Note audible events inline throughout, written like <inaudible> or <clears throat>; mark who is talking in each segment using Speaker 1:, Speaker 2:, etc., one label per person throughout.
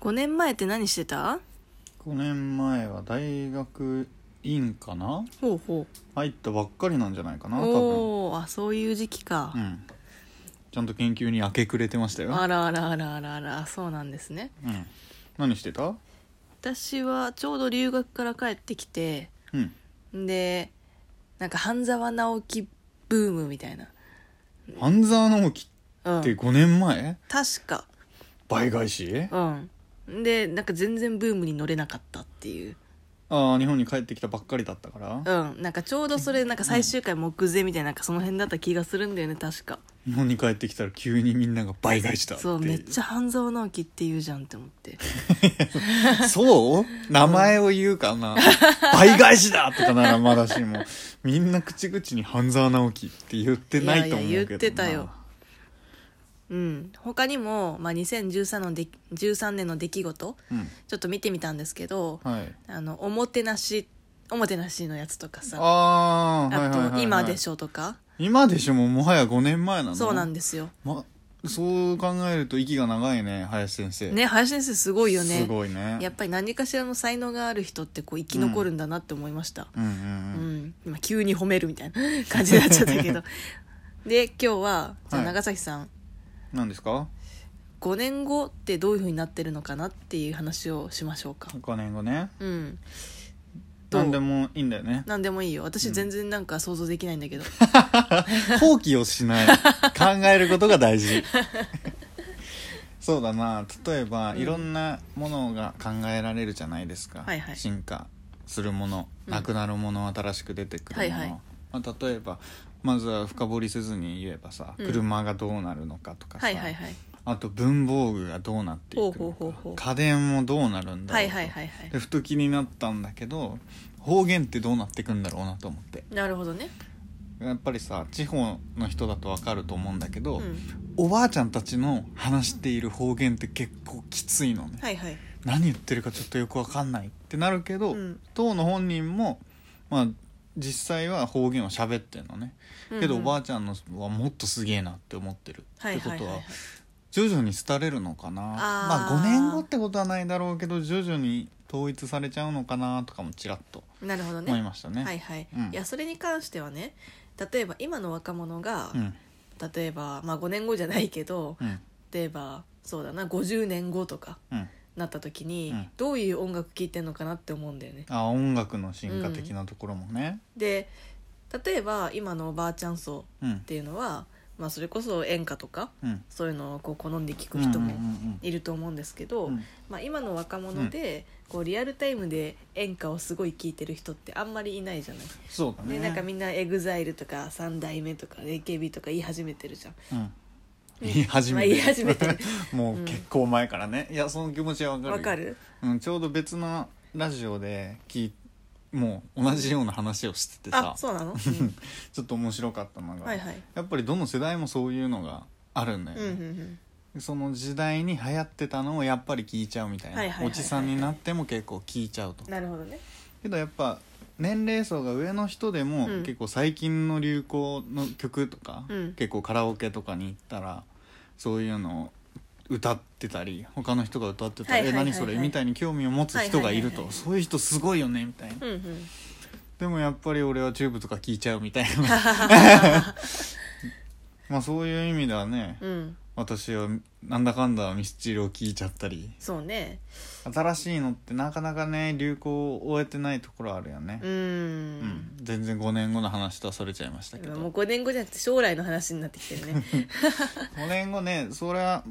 Speaker 1: 5年前って何してた
Speaker 2: 5年前は大学院かな
Speaker 1: ほうほ
Speaker 2: 入ったばっかりなんじゃないか
Speaker 1: う
Speaker 2: な多
Speaker 1: おおあそういう時期か
Speaker 2: 分う、んちゃんと研究に明け暮れてましたよ
Speaker 1: あらあらあらあらあらそうなんですね
Speaker 2: うん何してた
Speaker 1: 私はちょうど留学から帰ってきて
Speaker 2: うん
Speaker 1: でなんか半沢直樹ブームみたいな、
Speaker 2: 半沢直樹
Speaker 1: うん、
Speaker 2: って5年前
Speaker 1: 確か
Speaker 2: 倍返し
Speaker 1: うんでなんか全然ブームに乗れなかったっていう
Speaker 2: ああ日本に帰ってきたばっかりだったから
Speaker 1: うんなんかちょうどそれなんか最終回目前みたいななんかその辺だった気がするんだよね確か
Speaker 2: 日本に帰ってきたら急にみんなが倍返しだってい
Speaker 1: そうめっちゃ半沢直樹って言うじゃんって思って
Speaker 2: そう名前を言うかな、倍返しだとかならまだしも、みんな口々に半沢直樹って言ってないと思うけどな。
Speaker 1: いやいや言ってたようん他にも、まあ、2013ので13年の出来事
Speaker 2: うん。
Speaker 1: ちょっと見てみたんですけど
Speaker 2: はい。
Speaker 1: あのおもてなしおもてなしのやつとかさ
Speaker 2: ああ、はいはいはい、
Speaker 1: あ
Speaker 2: は
Speaker 1: と「
Speaker 2: い。
Speaker 1: 今でし
Speaker 2: ょ。
Speaker 1: ょ」とか
Speaker 2: 今でしょもうもはや5年前なの
Speaker 1: そうなん
Speaker 2: で
Speaker 1: ですよ
Speaker 2: ま、そう考えると息が長いね、林先生。
Speaker 1: ね林先生すごいよね
Speaker 2: すごいね。
Speaker 1: やっぱり何かしらの才能がある人ってこう生き残るんだなって思いました、
Speaker 2: うんう
Speaker 1: う
Speaker 2: ん
Speaker 1: ん
Speaker 2: うん。
Speaker 1: 今急に褒めるみたいな感じになっちゃったけ
Speaker 2: <laughs>
Speaker 1: どで今日はじゃあ
Speaker 2: はい
Speaker 1: 長崎さん、
Speaker 2: 何ですか
Speaker 1: 5年後ってどういうふうになってるのかなっていう話をしましょうか
Speaker 2: ?5 年後ね。
Speaker 1: うんどう
Speaker 2: 何でもいいんだよね。
Speaker 1: 何でもいいよ私全然なんか想像できないんだ
Speaker 2: <laughs>
Speaker 1: けど、 <laughs>
Speaker 2: 放棄をしない考えることが大事 <laughs> そうだな例えば、
Speaker 1: うん
Speaker 2: いろんなものが考えられるじゃないですか、
Speaker 1: はいはい
Speaker 2: 進化するもの
Speaker 1: うん
Speaker 2: なくなるもの、新しく出てくるもの、
Speaker 1: はいはい
Speaker 2: まあ、例えばまずは深掘りせずに言えばさ、
Speaker 1: うん
Speaker 2: 車がどうなるのかとかさ、
Speaker 1: はいはいはい
Speaker 2: あと文房具がどうなっていくのか
Speaker 1: ほうほうほうほう
Speaker 2: 家電もどうなるんだ
Speaker 1: は
Speaker 2: ろう
Speaker 1: い
Speaker 2: と
Speaker 1: はいはいはい
Speaker 2: でふと気になったんだけど方言ってどうなってくんだろうなと思って
Speaker 1: なるほどね、
Speaker 2: やっぱりさ地方の人だとわかると思うんだけど、
Speaker 1: うん、
Speaker 2: おばあちゃんたちの話している方言って結構きついのね、
Speaker 1: はいはい
Speaker 2: 何言ってるかちょっとよくわかんないってなるけど、
Speaker 1: うん
Speaker 2: 当の本人もまあ実際は方言を喋ってるのねけどおば
Speaker 1: あ
Speaker 2: あちゃんのはもっとすげえなって思ってる
Speaker 1: は
Speaker 2: っ
Speaker 1: い
Speaker 2: て
Speaker 1: は
Speaker 2: こ
Speaker 1: い
Speaker 2: と
Speaker 1: はいは
Speaker 2: はい徐々に廃れるのかなま
Speaker 1: あー
Speaker 2: あ5年後ってことはないだろうけど徐々に統一されちゃうのかなとかもちらっと
Speaker 1: なるほどね
Speaker 2: 思いましたね
Speaker 1: はいはい、
Speaker 2: うん
Speaker 1: いやそれに関してはね例えば今の若者が、
Speaker 2: うん
Speaker 1: 例えば、まあ、5年後じゃないけど
Speaker 2: うん
Speaker 1: 例えばそうだな50年後とか
Speaker 2: うん
Speaker 1: なった時に、
Speaker 2: うん
Speaker 1: どういう音楽聴いてんのかなって思うんだよね。
Speaker 2: あ音楽の進化的なところもね、
Speaker 1: で例えば今のおばあちゃん層
Speaker 2: うんう
Speaker 1: っ
Speaker 2: ん
Speaker 1: ていうのは、まあ、それこそ演歌とか
Speaker 2: うん、
Speaker 1: そういうのをこう好んで聴く人
Speaker 2: うんう
Speaker 1: も
Speaker 2: ん
Speaker 1: いると思うんですけど、
Speaker 2: うんうん
Speaker 1: まあ、今の若者で、こうリアルタイムで演歌をすごい聴いてる人ってあんまりいないじゃない。
Speaker 2: そうだね
Speaker 1: でなんかみんな EXILE とか三代目とか AKB とか言い始めてるじゃん
Speaker 2: うん言い始め
Speaker 1: まあ言い始めてる
Speaker 2: <laughs> もう
Speaker 1: うん
Speaker 2: 結構前からね、いやその気持ちはわかるよ
Speaker 1: わかる
Speaker 2: うん、ちょうど別のラジオで聞いもう同じような話をしてて
Speaker 1: あ
Speaker 2: さ
Speaker 1: そうなの、うん
Speaker 2: <laughs> ちょっと面白かったのが、
Speaker 1: はいはい
Speaker 2: やっぱりどの世代もそういうのがあるんだよ
Speaker 1: うんう
Speaker 2: ね、
Speaker 1: ん
Speaker 2: その時代に流行ってたのをやっぱり聞いちゃうみたいな、
Speaker 1: はいはいはいはい
Speaker 2: おじさんになっても結構聞いちゃうと
Speaker 1: うんなるほどね
Speaker 2: けどやっぱ年齢層が上の人でも、
Speaker 1: うん
Speaker 2: 結構最近の流行の曲とか、
Speaker 1: うん
Speaker 2: 結構カラオケとかに行ったらそういうのを歌ってたり他の人が歌ってた
Speaker 1: はい
Speaker 2: り
Speaker 1: は
Speaker 2: 「え
Speaker 1: いはいはい
Speaker 2: 何それ?」みたいに興味を持つ人がいる
Speaker 1: はいはいはいは
Speaker 2: と
Speaker 1: い
Speaker 2: そういう人すごいよねみたいな
Speaker 1: うんうん
Speaker 2: でもやっぱり俺はチューブとか聴いちゃうみたいな
Speaker 1: <laughs>
Speaker 2: <laughs> まあそういう意味ではね
Speaker 1: うん
Speaker 2: 私はなんだかんだミスチルを聴いちゃったり
Speaker 1: そうね
Speaker 2: 新しいのってなかなかね流行を終えてないところあるよね
Speaker 1: うーん
Speaker 2: うん、全然5年後の話とはそれちゃいましたけ
Speaker 1: 今
Speaker 2: ど
Speaker 1: もう
Speaker 2: 5
Speaker 1: 5年後じゃなくて将来の話になってきてる
Speaker 2: <laughs>
Speaker 1: ね
Speaker 2: 年後ねそれは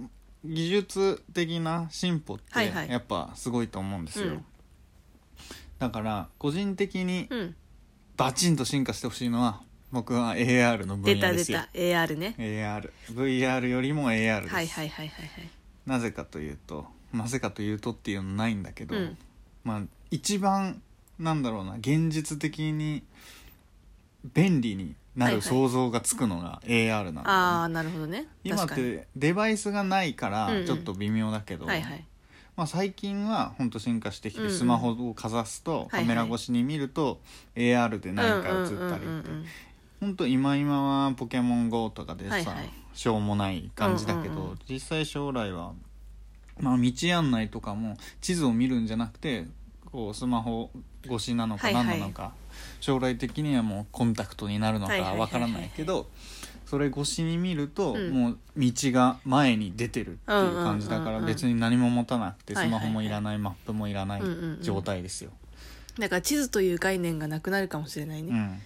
Speaker 2: 技術的な進歩って
Speaker 1: はいはい
Speaker 2: やっぱすごいと思うんですよ、
Speaker 1: うん
Speaker 2: だから個人的に
Speaker 1: うん
Speaker 2: バチンと進化してほしいのは僕は AR の
Speaker 1: 出
Speaker 2: 分
Speaker 1: た
Speaker 2: 野で
Speaker 1: 出
Speaker 2: すよ
Speaker 1: た AR ね
Speaker 2: ARVR よりも AR です、
Speaker 1: はいはいはいはいはい
Speaker 2: なぜかというとなぜかというとっていうのないんだけど、
Speaker 1: うん
Speaker 2: まあ一番なんだろうな現実的に便利にな
Speaker 1: はいは
Speaker 2: る
Speaker 1: い
Speaker 2: 想像がつくのが AR なんだよね、
Speaker 1: ああなるほどね
Speaker 2: 今っ
Speaker 1: 確かに
Speaker 2: てデバイスがないか
Speaker 1: うんう
Speaker 2: ら
Speaker 1: ん
Speaker 2: ちょっと微妙だけど、
Speaker 1: はいはい
Speaker 2: まあ、最近は本当進化してき
Speaker 1: うんう
Speaker 2: て
Speaker 1: ん
Speaker 2: スマホをかざすと
Speaker 1: はいは
Speaker 2: カ
Speaker 1: い
Speaker 2: メラ越しに見ると AR で何か映った
Speaker 1: うん
Speaker 2: り
Speaker 1: うんうんうん
Speaker 2: 本当今今は「ポケモン GO」とかでさ、
Speaker 1: はいはい
Speaker 2: しょうもない感じだけど、
Speaker 1: うんうんうん
Speaker 2: 実際将来はまあ、道案内とかも地図を見るんじゃなくてこうスマホ越しなのか
Speaker 1: はいはい
Speaker 2: 何なのか、将来的にはもうコンタクトになるの
Speaker 1: はいはいはい
Speaker 2: か
Speaker 1: はい
Speaker 2: わからないけどそれ越しに見ると、
Speaker 1: うん
Speaker 2: もう道が前に出てるっていう感じだか
Speaker 1: うんうんう
Speaker 2: ら
Speaker 1: んうん
Speaker 2: 別に何も持たなくて
Speaker 1: はい
Speaker 2: ス
Speaker 1: はいは
Speaker 2: マ
Speaker 1: い
Speaker 2: ホもいらないマップもいらない
Speaker 1: うんうんうん
Speaker 2: 状態ですよ。
Speaker 1: だから地図という概念がなくなるかもしれないうね、
Speaker 2: ん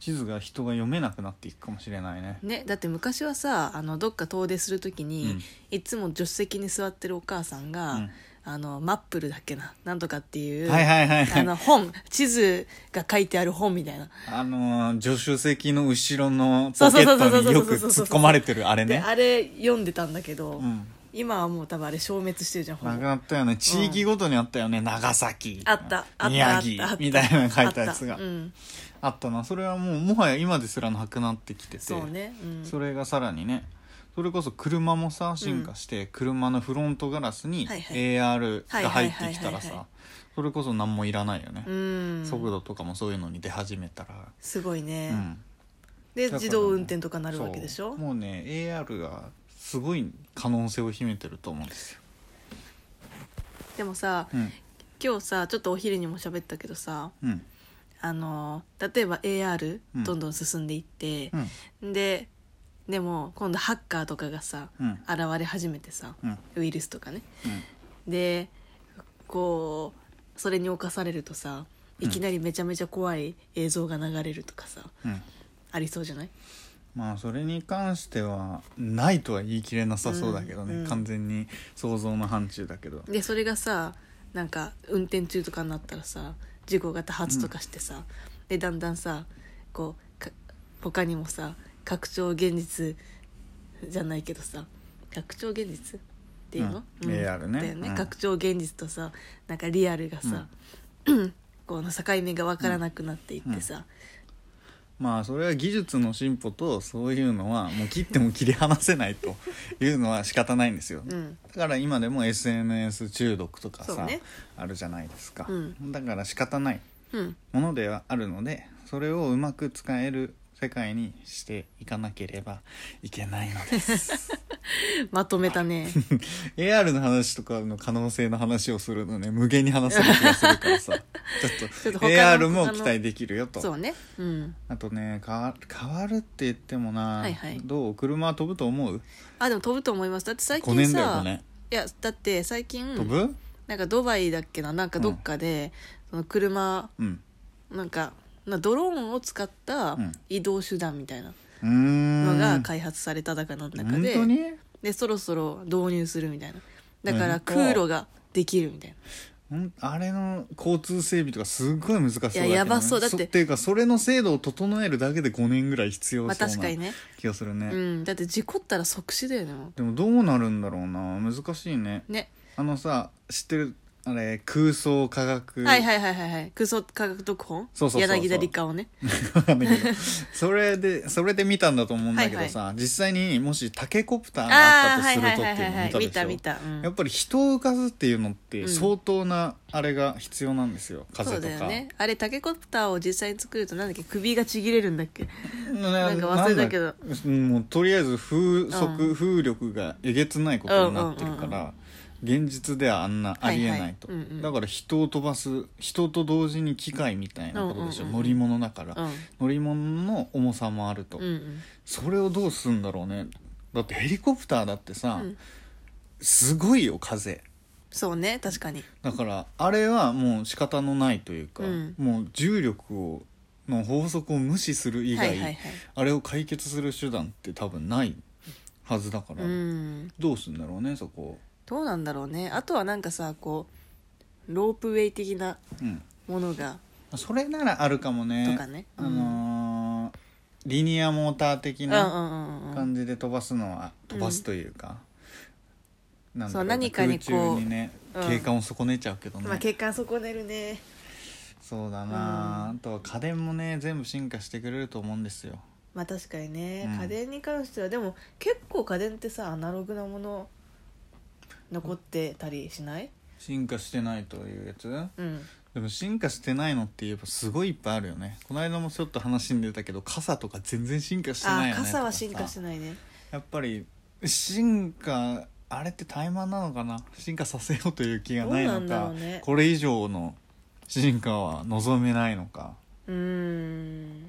Speaker 2: 地図が人が読めなくなっていくかもしれないね。
Speaker 1: ねだって昔はさあのどっか遠出するときに、
Speaker 2: うん
Speaker 1: いつも助手席に座ってるお母さんが、
Speaker 2: うん
Speaker 1: あのマップルだっけななんとかっていう、
Speaker 2: はいはいはいはい
Speaker 1: あの本地図が書いてある本みたいな、
Speaker 2: あのー助手席の後ろのポケットによく突っ込まれてるあれ
Speaker 1: で
Speaker 2: ね。
Speaker 1: あれ読んでたんだけど、
Speaker 2: うん
Speaker 1: 今はもう多分あれ消滅してるじゃんほぼ
Speaker 2: なくなったよね地域ごとにあったよね、長崎
Speaker 1: あったあった
Speaker 2: 宮城
Speaker 1: あったあった
Speaker 2: みたいなの書いたやつ
Speaker 1: あ
Speaker 2: が
Speaker 1: ったうん、
Speaker 2: あったなそれはもうもはや今ですらなくなってきてて
Speaker 1: そうね、うん、
Speaker 2: それがさらにねそれこそ車もさ進化して、車のフロントガラスに
Speaker 1: はいはい
Speaker 2: AR
Speaker 1: はい
Speaker 2: が
Speaker 1: は
Speaker 2: 入
Speaker 1: い
Speaker 2: ってき
Speaker 1: はいはいは
Speaker 2: たら
Speaker 1: いは
Speaker 2: さそれこそ何もいらないよね、
Speaker 1: うん
Speaker 2: 速度とかもそういうのに出始めたら、
Speaker 1: すごいね、
Speaker 2: うん
Speaker 1: で
Speaker 2: だからね
Speaker 1: 自動運転とかなるわけでし
Speaker 2: そ
Speaker 1: ょ
Speaker 2: うもうね AR がすごい可能性を秘めてると思うんですよ、
Speaker 1: でもさ
Speaker 2: うん
Speaker 1: 今日さちょっとお昼にも喋ったけどさ
Speaker 2: うん
Speaker 1: あの例えば AR
Speaker 2: うん
Speaker 1: どんどん進んでいって
Speaker 2: う、ん
Speaker 1: ででも今度ハッカーとかがさ、
Speaker 2: うん
Speaker 1: 現れ始めてさ、
Speaker 2: うん
Speaker 1: ウイルスとかね
Speaker 2: うん
Speaker 1: でこうそれに侵されるとさいきなりめちゃめちゃ怖い映像が流れるとかさ、
Speaker 2: うん
Speaker 1: ありそうじゃない
Speaker 2: まあそれに関してはないとは言い切れなさそうだけどね、
Speaker 1: うんうん
Speaker 2: 完全に想像の範疇だけど
Speaker 1: でそれがさなんか運転中とかになったらさ事故が多発とかしてさ、でだんだんさこうか他にもさ拡張現実じゃないけどさ拡張現実っていうの、
Speaker 2: うん AR ね
Speaker 1: だよね、
Speaker 2: うん
Speaker 1: 拡張現実とさなんかリアルがさ、 <clears throat> この境目が分からなくなっていってさ、
Speaker 2: まあそれは技術の進歩とそういうのはもう切っても切り離せないというのは仕方ないんですよ、
Speaker 1: うん
Speaker 2: だから今でも SNS 中毒とか
Speaker 1: そう
Speaker 2: さ、
Speaker 1: ね
Speaker 2: あるじゃないですか、
Speaker 1: うん
Speaker 2: だから仕方ない
Speaker 1: うん
Speaker 2: ものではあるのでそれをうまく使える世界にしていかなければいけないのです
Speaker 1: <laughs> まとめたね
Speaker 2: <laughs> AR の話とかの可能性の話をするのね無限に話せる気がするか
Speaker 1: <laughs>
Speaker 2: らさちょっ
Speaker 1: ちょっ
Speaker 2: と
Speaker 1: と他の
Speaker 2: AR も期待できるよ
Speaker 1: そ
Speaker 2: と
Speaker 1: うねうん
Speaker 2: あとね変わ変わるって言ってもな、
Speaker 1: はいはい
Speaker 2: どう車は飛ぶと思う
Speaker 1: あでも飛ぶと思いますだって最
Speaker 2: 5
Speaker 1: 近
Speaker 2: 年だよ5
Speaker 1: さ、
Speaker 2: 年、
Speaker 1: いやだって最近
Speaker 2: 飛ぶ
Speaker 1: なんかドバイだっけななんかどっかで、その車
Speaker 2: うん
Speaker 1: なんかなドローンを使った
Speaker 2: うん
Speaker 1: 移動手段みたいな
Speaker 2: うーん
Speaker 1: のが開発されただかなんだか
Speaker 2: 本
Speaker 1: で,、
Speaker 2: 当に
Speaker 1: でそろそろ導入するみたいなだか
Speaker 2: う
Speaker 1: ら
Speaker 2: ん
Speaker 1: 空路ができるみたい
Speaker 2: うんあれの交通整備とかすごい難しそうだけど、
Speaker 1: いややばそうだって
Speaker 2: ていうかそれの制度を整えるだけで5年ぐらい必
Speaker 1: な、
Speaker 2: 要
Speaker 1: まあ、
Speaker 2: そう
Speaker 1: 確かに
Speaker 2: な
Speaker 1: ね、
Speaker 2: 気がするね、
Speaker 1: うん、だって事故ったら即死だよねも
Speaker 2: でもどうなるんだろうな難しいね
Speaker 1: うね
Speaker 2: あのさ知ってるあれ空想科学
Speaker 1: はいはいはいはいはい空想科学読本
Speaker 2: そうそうそうそう
Speaker 1: 柳田理科をね
Speaker 2: わかんないけどそれでそれで見たんだと思うんだけどさ、実際にもしタケコプターが
Speaker 1: あ
Speaker 2: あっ
Speaker 1: あーは
Speaker 2: た
Speaker 1: い
Speaker 2: とす
Speaker 1: は
Speaker 2: る
Speaker 1: い
Speaker 2: と
Speaker 1: はいはい
Speaker 2: っていうの
Speaker 1: 見
Speaker 2: 見
Speaker 1: た
Speaker 2: たで
Speaker 1: 見た、
Speaker 2: しょ
Speaker 1: うん
Speaker 2: やっぱり人を浮かすっていうのっ
Speaker 1: う
Speaker 2: て
Speaker 1: ん
Speaker 2: 相当なあれが必要なんですよ、風
Speaker 1: そう
Speaker 2: と
Speaker 1: だよ
Speaker 2: か、
Speaker 1: ねあれタケコプターを実際に作るとなんだっけ首がちぎれるんだっ
Speaker 2: <laughs>
Speaker 1: け
Speaker 2: なん
Speaker 1: か忘れたけど
Speaker 2: んだもうとりあえず風速、
Speaker 1: う
Speaker 2: 風力がえげつないことになってるから、
Speaker 1: うんうんうんうん
Speaker 2: 現実ではあんなありえないと、
Speaker 1: はいはいうんうん
Speaker 2: だから人を飛ばす人と同時に機械みたいなことでしょ、
Speaker 1: うんうんうん
Speaker 2: 乗り物だから、
Speaker 1: うん
Speaker 2: 乗り物の重さもあると、
Speaker 1: うんうん
Speaker 2: それをどうすんだろうねだってヘリコプターだってさ、
Speaker 1: うん
Speaker 2: すごいよ風
Speaker 1: そうね確かに
Speaker 2: だからあれはもう仕方のないというか、
Speaker 1: うん
Speaker 2: もう重力をの法則を無視する以
Speaker 1: はい
Speaker 2: 外、
Speaker 1: はいはい
Speaker 2: あれを解決する手段って多分ないはずだから、
Speaker 1: うん
Speaker 2: どうすんだろうねそこ、
Speaker 1: どうなんだろうねあとはなんかさこうロープウェイ的な
Speaker 2: うん、
Speaker 1: ものが
Speaker 2: それならあるかもね
Speaker 1: とかね
Speaker 2: あのーリニアモーター的
Speaker 1: うん
Speaker 2: な
Speaker 1: うんうんうん
Speaker 2: 感じで飛ばすのは、飛ばすというか、なんだ
Speaker 1: そ
Speaker 2: ろ
Speaker 1: う何かにこう
Speaker 2: 空中にね、
Speaker 1: うん
Speaker 2: 景観を損ねちゃうけどね、
Speaker 1: まあ血管損ねるね
Speaker 2: そうだな、
Speaker 1: うん
Speaker 2: あとは家電もね全部進化してくれると思うんですよ
Speaker 1: まあ確かにね、
Speaker 2: うん
Speaker 1: 家電に関してはでも結構家電ってさアナログなもの残ってたりしない
Speaker 2: 進化してないというやつ
Speaker 1: うん
Speaker 2: でも進化してないのって言えばすごいいっぱいあるよねこの間もちょっと話に出たけど傘とか全然進化してない
Speaker 1: あ
Speaker 2: よね
Speaker 1: 傘は進化して
Speaker 2: ない
Speaker 1: ないね
Speaker 2: やっぱり進化あれって怠慢なのかな進化させようという気がない
Speaker 1: どう
Speaker 2: の
Speaker 1: なんだろ
Speaker 2: か、
Speaker 1: うね
Speaker 2: これ以上の進化は望めないのか
Speaker 1: うーん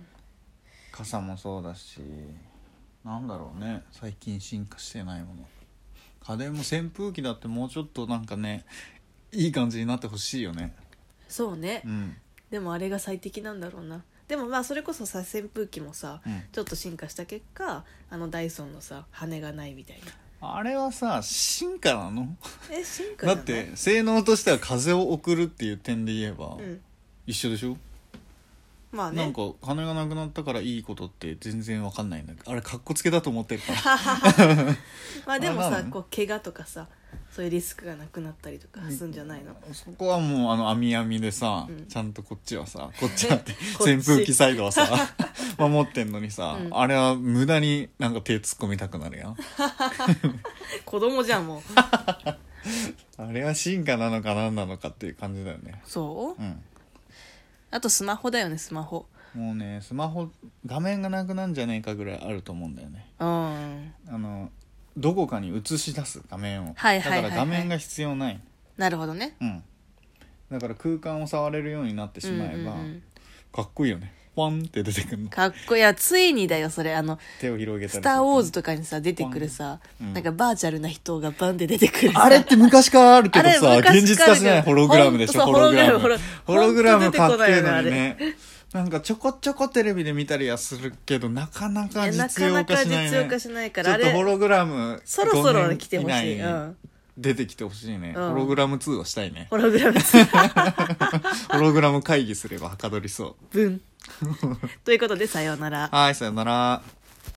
Speaker 2: 傘もそうだしなんだろうね最近進化してないもの家電も扇風機だってもうちょっとなんかねいい感じになってほしいよね
Speaker 1: そうね、
Speaker 2: うん
Speaker 1: でもあれが最適なんだろうなでもまあそれこそさ扇風機もさ、
Speaker 2: うん
Speaker 1: ちょっと進化した結果あのダイソンのさ羽がないみたいな
Speaker 2: あれはさ進化なの
Speaker 1: え進化じ
Speaker 2: だ
Speaker 1: ゃ
Speaker 2: っ
Speaker 1: ない
Speaker 2: て性能としては風を送るっていう点で言えば、
Speaker 1: うん
Speaker 2: 一緒でしょ
Speaker 1: まあね
Speaker 2: なんか金がなくなったからいいことって全然わかんないんだけどあれかっこつけだと思ってるから
Speaker 1: まあでも
Speaker 2: あな
Speaker 1: さ
Speaker 2: の
Speaker 1: こう怪我とかさそういうリスクがなくなったりとかすんじゃないの
Speaker 2: そこはもうあの網網でさ、
Speaker 1: うん
Speaker 2: ちゃんとこっちはさこっちはって
Speaker 1: <laughs> こっち
Speaker 2: 扇風機サイ
Speaker 1: <laughs>
Speaker 2: ドはさ守ってんのにさ、
Speaker 1: うん
Speaker 2: あれは無駄になんか手突っ込みたくなるやん
Speaker 1: 子供じゃん
Speaker 2: <laughs>
Speaker 1: もう
Speaker 2: あれは進化なのか何なのかっていう感じだよね
Speaker 1: そううんあとスマホだよねスマホ
Speaker 2: もうねスマホ画面がなくなんじゃねえかぐらいあると思うんだよね
Speaker 1: うん
Speaker 2: あのどこかに映し出す画面を、
Speaker 1: はいはいはいはい
Speaker 2: だから画面が必要ない、
Speaker 1: なるほどね
Speaker 2: うん、だから空間を触れるようになってしまえば、
Speaker 1: うんうんうん
Speaker 2: かっこいいよねポンって出てくるの
Speaker 1: かっこいいいやついにだよそれあの
Speaker 2: 手を広
Speaker 1: 「
Speaker 2: げた
Speaker 1: ス
Speaker 2: り
Speaker 1: ター・ウォーズ」とかにさ出てくるさ、
Speaker 2: うん
Speaker 1: なんかバーチャルな人がバンって出てくるさ
Speaker 2: あれって昔からあるけど
Speaker 1: あ
Speaker 2: さ
Speaker 1: れ昔から
Speaker 2: 現実化しないホログラムでしょ
Speaker 1: ほ
Speaker 2: ホ
Speaker 1: んとそう
Speaker 2: ログラム
Speaker 1: ホログラム
Speaker 2: ホログラム買ってる
Speaker 1: ほ
Speaker 2: の
Speaker 1: んと出て
Speaker 2: にねなんかちょこちょこテレビで見たりはするけどなかなか
Speaker 1: いやな
Speaker 2: 実
Speaker 1: か
Speaker 2: 用
Speaker 1: な
Speaker 2: 化
Speaker 1: か
Speaker 2: しない
Speaker 1: 実用化
Speaker 2: ね
Speaker 1: しないか
Speaker 2: ちょ
Speaker 1: らあ
Speaker 2: っとホ
Speaker 1: れ
Speaker 2: ログラム
Speaker 1: そろそ
Speaker 2: 5
Speaker 1: ろ
Speaker 2: 年
Speaker 1: 来てほし
Speaker 2: 以
Speaker 1: い、う
Speaker 2: 内に
Speaker 1: ん、
Speaker 2: 出てきてほしいね、
Speaker 1: うん
Speaker 2: ホログラム2はしたいね
Speaker 1: ホログ
Speaker 2: <laughs>
Speaker 1: ラム
Speaker 2: ホログラム会議すればはかどりそう
Speaker 1: 分ということでさようなら
Speaker 2: はいさよなら